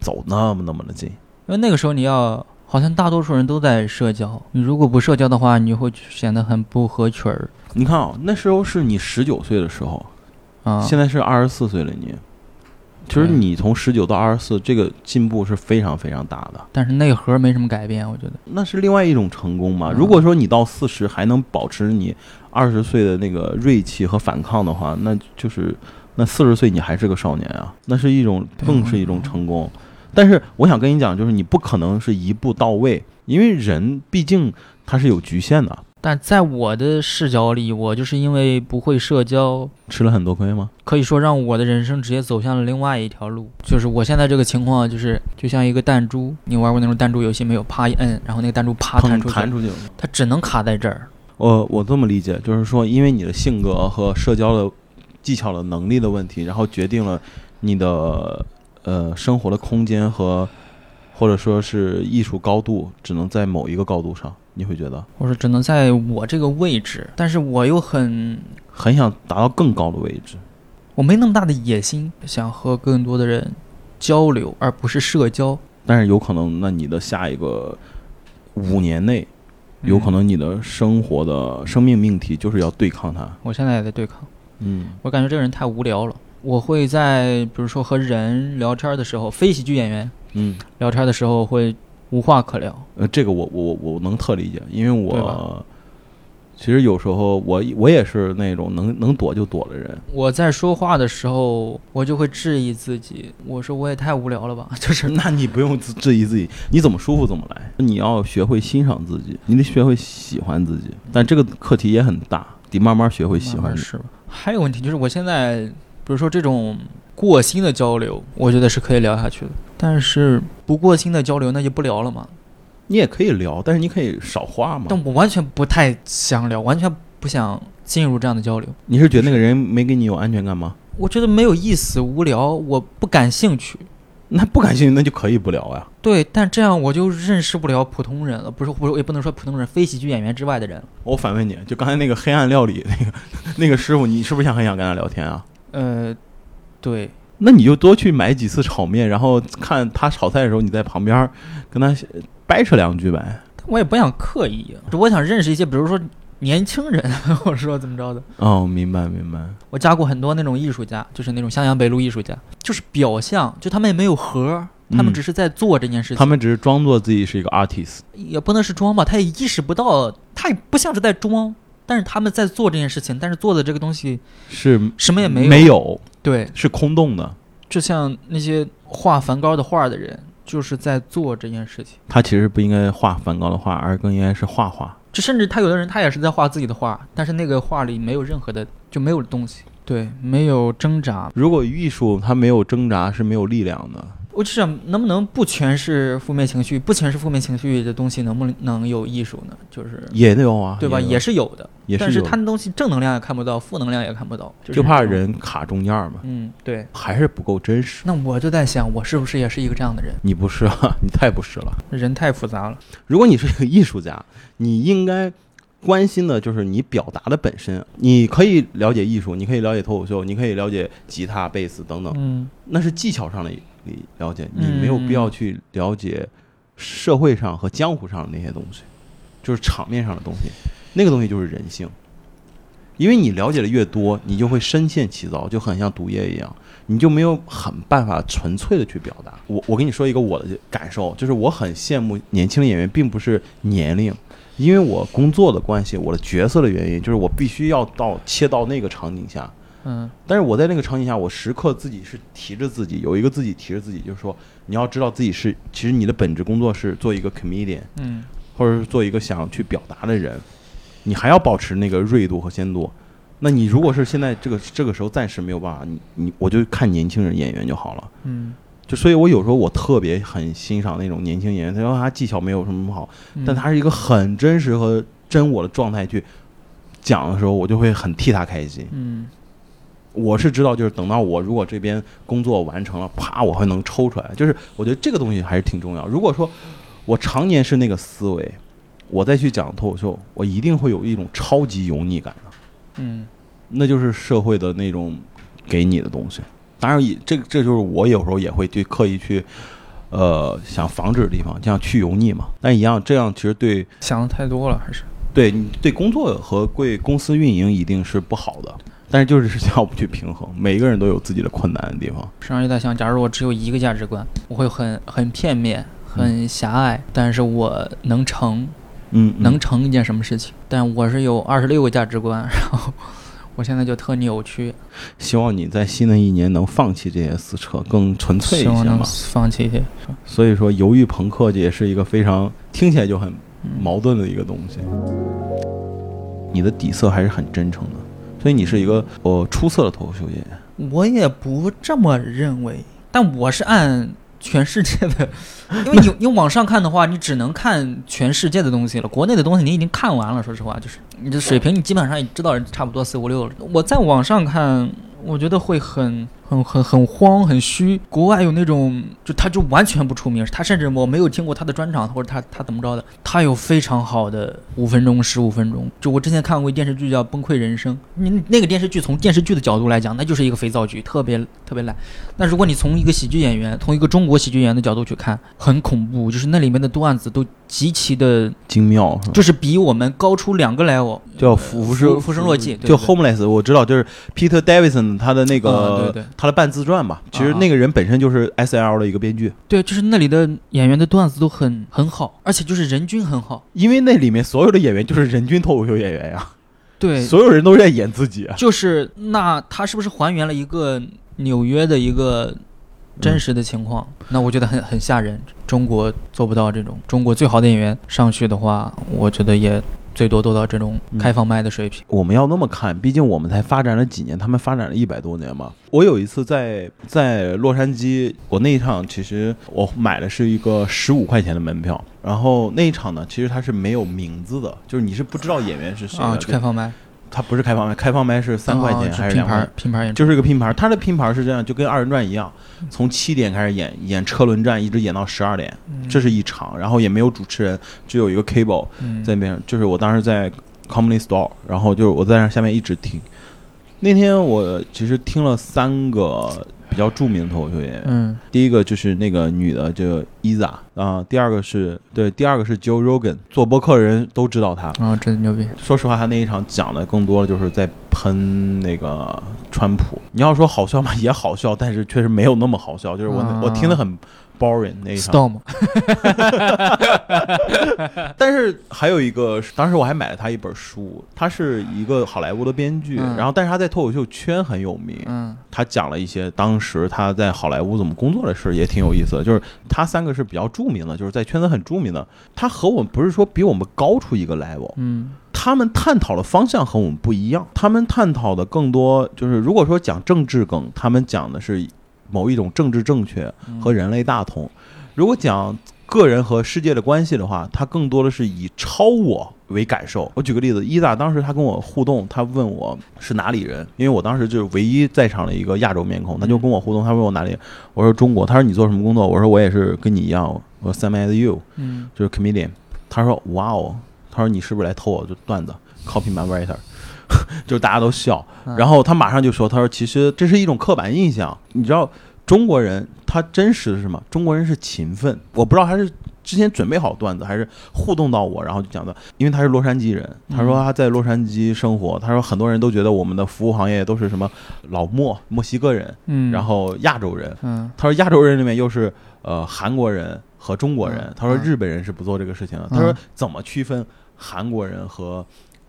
走那么那么的近，因为那个时候你要，好像大多数人都在社交，你如果不社交的话，你会显得很不合群儿你看啊、那时候是你十九岁的时候，啊。现在是二十四岁了你。其实对你从十九到二十四，这个进步是非常非常大的，但是内核没什么改变，我觉得。那是另外一种成功嘛。嗯如果说你到四十还能保持你二十岁的那个锐气和反抗的话，那就是那四十岁你还是个少年啊，那是一种对更是一种成功。但是我想跟你讲，就是你不可能是一步到位，因为人毕竟他是有局限的。但在我的视角里，我就是因为不会社交，吃了很多亏吗？可以说让我的人生直接走向了另外一条路。就是我现在这个情况，就是就像一个弹珠，你玩过那种弹珠游戏没有？啪一摁，然后那个弹珠啪砰弹出去，弹出去了。它只能卡在这儿。我呃我这么理解，就是说，因为你的性格和社交的技巧的能力的问题，然后决定了你的呃生活的空间和或者说是艺术高度，只能在某一个高度上。你会觉得我说只能在我这个位置，但是我又很，很想达到更高的位置，我没那么大的野心，想和更多的人交流，而不是社交。但是有可能，那你的下一个五年内，有可嗯，能你的生活的生命命题就是要对抗它。我现在也在对抗。嗯我感觉这个人太无聊了。我会在比如说和人聊天的时候，非喜剧演员嗯，聊天的时候会无话可聊。呃，这个我我我能特理解，因为对我吧其实有时候我我也是那种能能躲就躲的人， 我在说话的时候，我就会质疑自己，我说我也太无聊了吧， 就是那你不用自质疑自己，你怎么舒服怎么来，你要学会欣赏自己，你得学会喜欢自己，但这个课题也很大，得慢慢学会喜慢欢慢你。啊是吧？还有问题就是，我现在比如说这种过心的交流，我觉得是可以聊下去的，但是不过心的交流那就不聊了嘛。你也可以聊，但是你可以少话嘛。但我完全不太想聊，完全不想进入这样的交流。你是觉得那个人没给你有安全感吗？我觉得没有意思，无聊，我不感兴趣。那不感兴趣，那就可以不聊呀、对，但这样我就认识不了普通人了，不是，不是，也不能说普通人，非喜剧演员之外的人了。我反问你，就刚才那个黑暗料理那个那个师傅，你是不是想很想跟他聊天啊？呃，对，那你就多去买几次炒面，然后看他炒菜的时候，你在旁边儿跟他呃掰扯两句呗。我也不想刻意，只我想认识一些，比如说年轻人， 或者说怎么着的。哦，明白明白。我加过很多那种艺术家，就是那种襄阳北路艺术家，就是表象，就他们也没有核，他嗯们只是在做这件事他情，们只是装作自己是一个 artist，也不能是装吧，他也意识不到，他也不像是在装，但是他们在做这件事情，但是做的这个东西是什么也没有。没有，对，是空洞的。就像那些画梵高的画的人，就是在做这件事情。他其实不应该画梵高的画，而更应该是画画。就甚至他有的人他也是在画自己的画，但是那个画里没有任何的就没有东西，对，没有挣扎。如果艺术它没有挣扎，是没有力量的。我只想能不能不全是负面情绪，不全是负面情绪的东西，能不能有艺术呢？就是也有啊，对吧？也也有是有的，也但是是有他那东西正能量也看不到，负能量也看不到，就就是怕这种。人卡中间儿嘛，嗯，对。还是不够真实。那我就在想，我是不是也是一个这样的人？你不是啊， 你太不是了。人太复杂了。如果你是一个艺术家， 你应该关心的就是你表达的本身。你可以了解艺术，你可以了解脱口秀，你可以了解吉他、贝斯等等，嗯，那是技巧上的你了解，你嗯没有必要去了解社会上和江湖上的那些东西，就是场面上的东西。那个东西就是人性，因为你了解的越多，你就会深陷其糟，就很像毒液一样，你就没有很办法纯粹的去表达。我我跟你说一个我的感受，就是我很羡慕年轻的演员，并不是年龄。因为我工作的关系，我的角色的原因，就是我必须要到切到那个场景下，嗯，但是我在那个场景下，我时刻自己是提着自己，有一个自己提着自己，就是说你要知道自己是，其实你的本职工作是做一个 comedian，嗯，或者是做一个想去表达的人，你还要保持那个锐度和鲜度。那你如果是现在这个这个时候暂时没有办法，你你我就看年轻人演员就好了。嗯，就所以，我有时候我特别很欣赏那种年轻演员，他说他技巧没有什么好，嗯但他是一个很真实和真我的状态去讲的时候，我就会很替他开心。嗯我是知道，就是等到我如果这边工作完成了，啪，我会能抽出来。就是我觉得这个东西还是挺重要。如果说我常年是那个思维，我再去讲脱口秀，我一定会有一种超级油腻感的，嗯那就是社会的那种给你的东西。当然也，这这就是我有时候也会去刻意去，呃，想防止的地方，这样去油腻嘛。但一样，这样其实对想的太多了，还是对你对工作和对公司运营一定是不好的，但是就是要不去平衡，每个人都有自己的困难的地方。上一代想，假如我只有一个价值观，我会很很片面、很狭隘，但是我能成，嗯，嗯能成一件什么事情。但我是有二十六个价值观，然后 我现在就特扭曲，希望你在新的一年能放弃这些撕扯，更纯粹一希些望能嘛。放弃一些。所以说，犹豫朋克这也是一个非常听起来就很嗯矛盾的一个东西。你的底色还是很真诚的，所以你是一个呃出色的脱口秀演员。我也不这么认为，但我是按全世界的，因为你你往上看的话，你只能看全世界的东西了，国内的东西你已经看完了。说实话，就是你的水平，你基本上也知道差不多四五六了。我再往上看，我觉得会很很很很慌，很虚。国外有那种，就他就完全不出名，他甚至我没有听过他的专场，或者他他怎么着的，他有非常好的五分钟、十五分钟。就我之前看过一电视剧叫《崩溃人生》，你那个电视剧从电视剧的角度来讲，那就是一个肥皂剧，特别特别烂。那如果你从一个喜剧演员，从一个中国喜剧演员的角度去看，很恐怖，就是那里面的段子都极其的，精妙是吧？就是比我们高出两个 level。叫浮生浮浮生若纪对就对 homeless，我知道，就是 Peter Davidson 他的那嗯对个对他的半自传吧。其实啊那个人本身就是 S L 的一个编剧，对，就是那里的演员的段子都很很好，而且就是人均很好。因为那里面所有的演员就是人均脱口秀演员呀，对， 所有人都在演自己啊。就是那他是不是还原了一个纽约的一个真实的情况？那我觉得很很吓人。中国做不到这种，中国最好的演员上去的话，我觉得也最多做到这种嗯开放麦的水平。我们要那么看，毕竟我们才发展了几年，他们发展了一百多年嘛。我有一次在在洛杉矶，我那一场其实我买的是一个十五块钱的门票，然后那一场呢，其实它是没有名字的，就是你是不知道演员是谁的，啊，去开放麦，它不是开放麦，开放麦是三块钱啊还是拼两块盘拼盘演出，就是一个拼盘儿，它的拼盘儿是这样，就跟二人转一样，嗯从七点开始演，演车轮战一直演到十二点，这是一场，然后也没有主持人，只有一个 cable 嗯在那边，就是我当时在 Comedy Store，然后就是我在那下面一直听。那天我其实听了三个比较著名的脱口秀演员，嗯第一个就是那个女的，就伊莎啊，第二个是对，第二个是 Joe Rogan，做播客的人都知道他，啊，真牛逼，说实话，他那一场讲的更多的就是在喷那个川普。你要说好笑嘛，也好笑，但是确实没有那么好笑。就是我、啊我听得很 boring 那一场。 storm 但是还有一个是，当时我还买了他一本书，他是一个好莱坞的编剧，嗯然后但是他在脱口秀圈很有名。嗯他讲了一些当时他在好莱坞怎么工作的事，也挺有意思的。就是他三个是比较著名的，就是在圈子很著名的。他和我们不是说比我们高出一个 level，嗯他们探讨的方向和我们不一样，他们探讨的更多就是，如果说讲政治梗，他们讲的是某一种政治正确嗯和人类大同；如果讲个人和世界的关系的话，他更多的是以超我为感受。我举个例子，伊萨当时他跟我互动，他问我是哪里人，因为我当时就是唯一在场的一个亚洲面孔，他就跟我互动，他问我哪里人，我说中国，他说你做什么工作，我说我也是跟你一样，我说 same as you，嗯就是 comedian，他说哇哦，他说你是不是来偷我的段子，copy my writer，就是大家都笑，嗯然后他马上就说，他说其实这是一种刻板印象，你知道中国人他真实是什么？中国人是勤奋，我不知道他是。之前准备好段子，还是互动到我，然后就讲的，因为他是洛杉矶人，他说嗯他在洛杉矶生活，他说很多人都觉得我们的服务行业都是什么老墨、墨西哥人，嗯，然后亚洲人，嗯他说亚洲人里面又是呃韩国人和中国人嗯，他说嗯日本人是不做这个事情的。嗯他说怎么区分韩国人和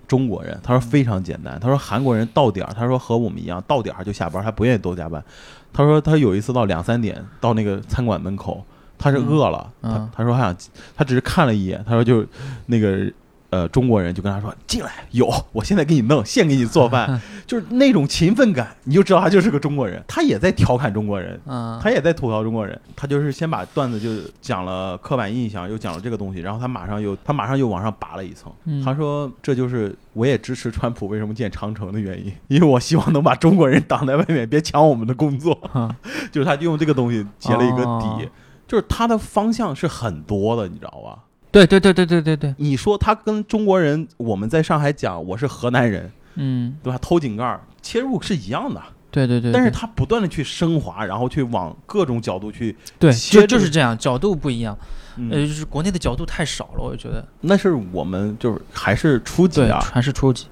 中国人？嗯他说非常简单。他说韩国人到点儿，他说和我们一样，到点儿就下班，他不愿意多加班。他说他有一次到两三点到那个餐馆门口，他是饿了，嗯嗯他他说他想，他只是看了一眼，他说就那个呃中国人就跟他说进来有，我现在给你弄，现给你做 饭，就是那种勤奋感，你就知道他就是个中国人，他也在调侃中国人，啊，他也在吐槽中国人，他就是先把段子就讲了刻板印象，又讲了这个东西，然后他马上又他马上又往上拔了一层，嗯他说这就是我也支持川普为什么建长城的原因， 因为我希望能把中国人挡在外面，别抢我们的工 作，啊就是他用这个东西结了一个底，哦就是他的方向是很多的，你知道吧？对对对对对对对，你说他跟中国人，我们在上海讲我是河南人，嗯，对吧？偷井盖儿切入是一样的，对对对，但是对他不断的去升华，然后去往各种角度去，对切就这就个是这样，角度不一样，嗯呃，就是国内的角度太少了，我觉得那是我们就是还是初级对啊，还是初级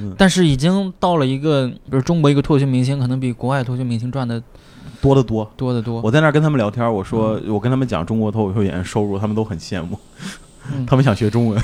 嗯。但是已经到了一个，比如中国一个脱口秀明星，可能比国外脱口秀明星赚的多得多。多得多。我在那儿跟他们聊天， 我说、我跟他们讲中国脱口秀演员收入，他们都很羡慕，嗯他们想学中文。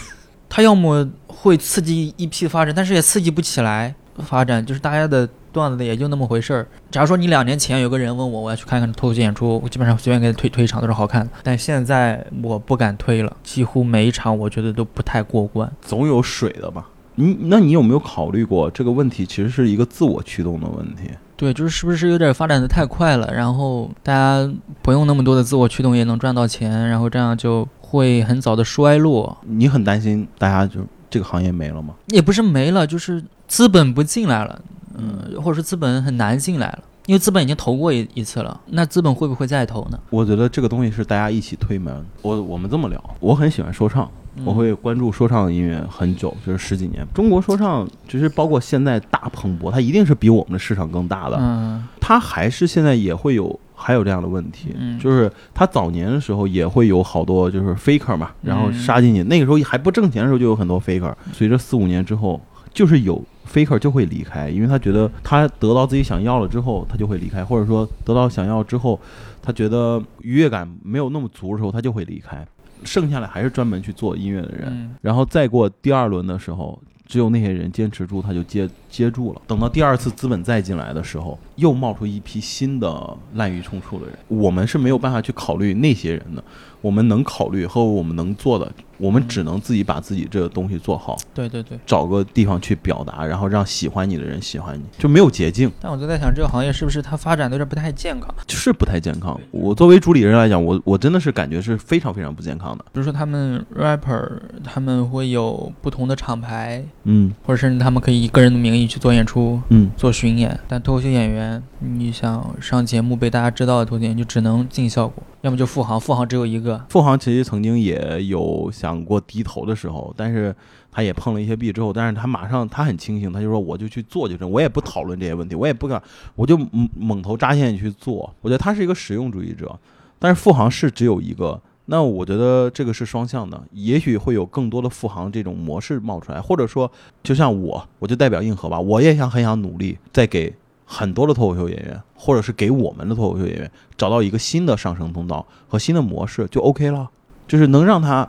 它要么会刺激一批发展，但是也刺激不起来发展，就是大家的段子也就那么回事儿。假如说你两年前有个人问我我要去看看脱口秀演出，我基本上随便给他推推一场都是好看的，但现在我不敢推了，几乎每一场我觉得都不太过关。总有水的吧？你那你有没有考虑过这个问题？其实是一个自我驱动的问题。对，就是是不是有点发展的太快了，然后大家不用那么多的自我驱动也能赚到钱，然后这样就会很早的衰落。你很担心大家就这个行业没了吗？也不是没了，就是资本不进来了，嗯、或者是资本很难进来了，因为资本已经投过一一次了，那资本会不会再投呢？我觉得这个东西是大家一起推门。我我们这么聊，我很喜欢说唱，嗯我会关注说唱音乐很久，就是十几年。中国说唱就是包括现在大蓬勃，它一定是比我们的市场更大的。嗯它还是现在也会有还有这样的问题，嗯就是它早年的时候也会有好多就是 faker 嘛，嗯然后杀进去。那个时候还不挣钱的时候就有很多 faker，随着四五年之后，就是有 faker 就会离开，因为他觉得他得到自己想要了之后，他就会离开，或者说得到想要之后，他觉得愉悦感没有那么足的时候，他就会离开。剩下来还是专门去做音乐的人，嗯然后再过第二轮的时候，只有那些人坚持住，他就接接住了。等到第二次资本再进来的时候，又冒出一批新的滥竽充数的人。我们是没有办法去考虑那些人的，我们能考虑和我们能做的，我们只能自己把自己这个东西做好，对对对。找个地方去表达，然后让喜欢你的人喜欢你，就没有捷径，但我就在想，这个行业是不是它发展的有点不太健康？就是不太健康。我作为主理人来讲，我我真的是感觉是非常非常不健康的。比如说他们 rapper，他们会有不同的厂牌，嗯或者甚至他们可以以个人的名义去做演出、嗯，做巡演。但脱口秀演员，你想上节目被大家知道的脱口秀演员，就只能进效果，要么就复行，复行只有一个。付航其实曾经也有想过低头的时候，但是他也碰了一些壁之后，但是他马上他很清醒，他就说我就去做就是，我也不讨论这些问题，我也不敢，我就猛猛头扎线去做。我觉得他是一个实用主义者，但是付航是只有一个。那我觉得这个是双向的，也许会有更多的付航这种模式冒出来，或者说，就像我，我就代表硬核吧，我也想很想努力，再给很多的脱口秀演员，或者是给我们的脱口秀演员找到一个新的上升通道和新的模式就 OK 了，就是能让他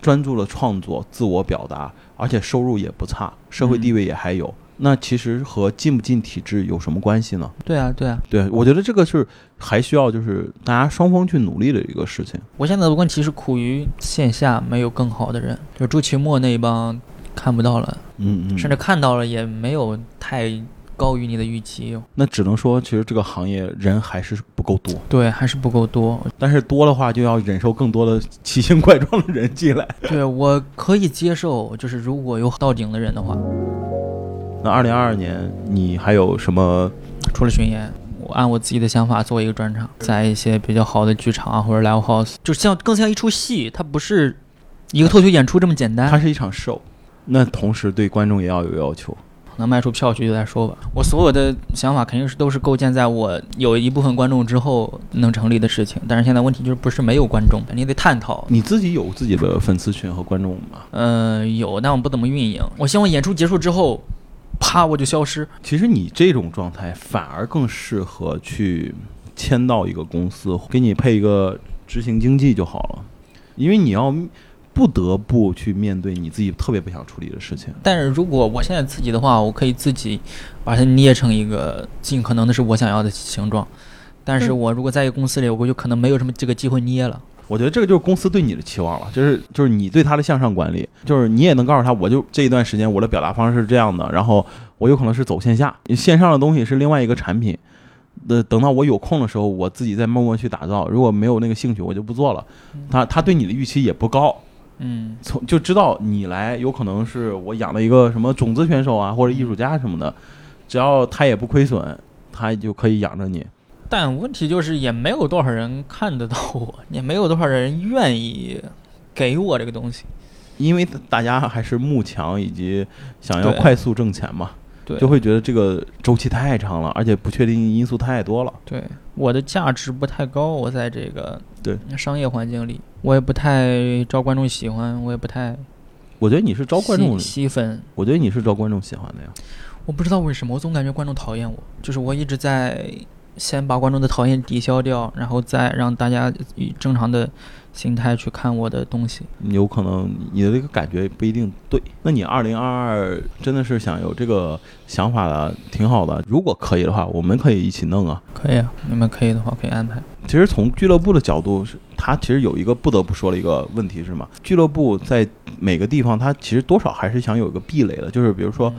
专注了创作、自我表达，而且收入也不差，社会地位也还有。那其实和进不进体制有什么关系呢？对啊，对啊。对我觉得这个是还需要就是大家双方去努力的一个事情。我现在的问题是苦于线下没有更好的人，就朱其墨那一帮看不到了，嗯嗯，甚至看到了也没有太高于你的预期。那只能说，其实这个行业人还是不够多，对，还是不够多。但是多的话就要忍受更多的奇形怪状的人进来。对我可以接受，就是如果有到顶的人的话，那二零二二年你还有什么？除了巡演。我按我自己的想法做一个专场，在一些比较好的剧场啊，或者 live house，就像更像一出戏，它不是一个脱口秀演出这么简单。它是一场 show，那同时对观众也要有要求。能卖出票去就再说吧。我所有的想法肯定是都是构建在我有一部分观众之后能成立的事情，但是现在问题就是不是没有观众，你得探讨。你自己有自己的粉丝群和观众吗？呃，有，但我不怎么运营。我希望演出结束之后，啪我就消失。其实你这种状态反而更适合去签到一个公司，给你配一个执行经纪就好了，因为你要不得不去面对你自己特别不想处理的事情。但是如果我现在自己的话，我可以自己把它捏成一个尽可能的是我想要的形状。但是我如果在一个公司里，我就可能没有什么这个机会捏了。我觉得这个就是公司对你的期望了，就是就是你对他的向上管理，就是你也能告诉他，我就这一段时间我的表达方式是这样的，然后我有可能是走线下，线上的东西是另外一个产品。呃，等到我有空的时候，我自己再默默去打造。如果没有那个兴趣，我就不做了。他他对你的预期也不高，嗯，从就知道你来，有可能是我养了一个什么种子选手啊，或者艺术家什么的，只要他也不亏损，他就可以养着你。但问题就是也没有多少人看得到我，也没有多少人愿意给我这个东西。因为大家还是慕强以及想要对快速挣钱嘛，对就会觉得这个周期太长了，而且不确定因素太多了。对，我的价值不太高，我在这个对商业环境里，我也不太招观众喜欢，我也不太我觉得你是招观众吸，吸粉。我觉得你是招观众喜欢的呀。我不知道为什么，我总感觉观众讨厌我，就是我一直在先把观众的讨厌抵消掉，然后再让大家以正常的心态去看我的东西。有可能你的这个感觉不一定对。那你二零二二真的是想有这个想法的，挺好的。如果可以的话，我们可以一起弄啊。可以啊，你们可以的话可以安排。其实从俱乐部的角度，是它其实有一个不得不说的一个问题是吗？俱乐部在每个地方，它其实多少还是想有一个壁垒的，就是比如说。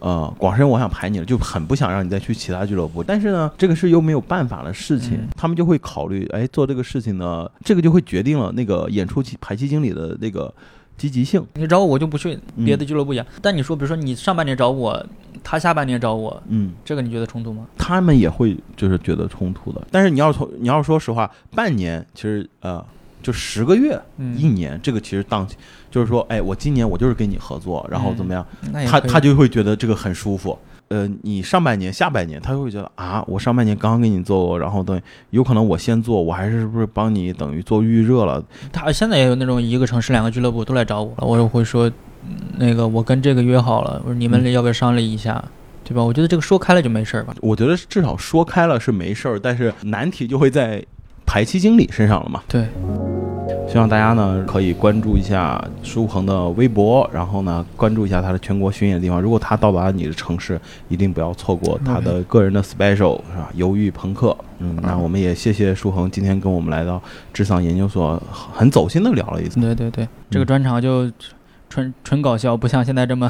呃，广深我想排你了，就很不想让你再去其他俱乐部。但是呢，这个是又没有办法的事情，嗯他们就会考虑，哎，做这个事情呢，这个就会决定了那个演出期排期经理的那个积极性。你找我我就不去嗯别的俱乐部演。但你说，比如说你上半年找我，他下半年找我，嗯，这个你觉得冲突吗？他们也会就是觉得冲突的。但是你要从你要说实话，半年其实呃，就十个月、一嗯，年，这个其实当就是说，哎，我今年我就是跟你合作，然后怎么样？嗯那也他可以他就会觉得这个很舒服。呃，你上半年、下半年，他会觉得啊，我上半年刚刚给你做，然后等有可能我先做，我还是不是帮你等于做预热了？他现在也有那种一个城市两个俱乐部都来找我了，我就会说，嗯那个我跟这个约好了，我说你嗯们要不要商量一下，对吧？我觉得这个说开了就没事儿吧。我觉得至少说开了是没事儿，但是难题就会在排期经理身上了嘛。对，希望大家呢可以关注一下舒恒的微博，然后呢关注一下他的全国巡演地方。如果他到达你的城市，一定不要错过他的个人的 special 是吧？犹豫朋克，嗯，那我们也谢谢舒恒今天跟我们来到智丧研究所，很走心的聊了一次。对对对，嗯这个专场就纯纯搞笑，不像现在这么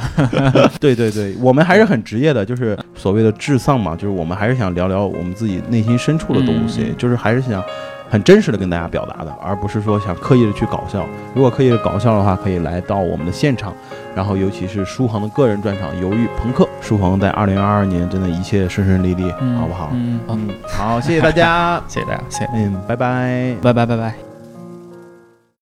对对对，我们还是很职业的，就是所谓的智丧嘛，就是我们还是想聊聊我们自己内心深处的东西，嗯就是还是想很真实的跟大家表达的，而不是说想刻意的去搞笑。如果刻意的搞笑的话，可以来到我们的现场，然后尤其是舒恒的个人专场《犹豫朋克》，舒恒在二零二二年真的一切顺顺利利，嗯好不好？嗯，好，，好，谢谢大家谢谢大家，谢谢， 嗯，拜拜。拜拜拜拜。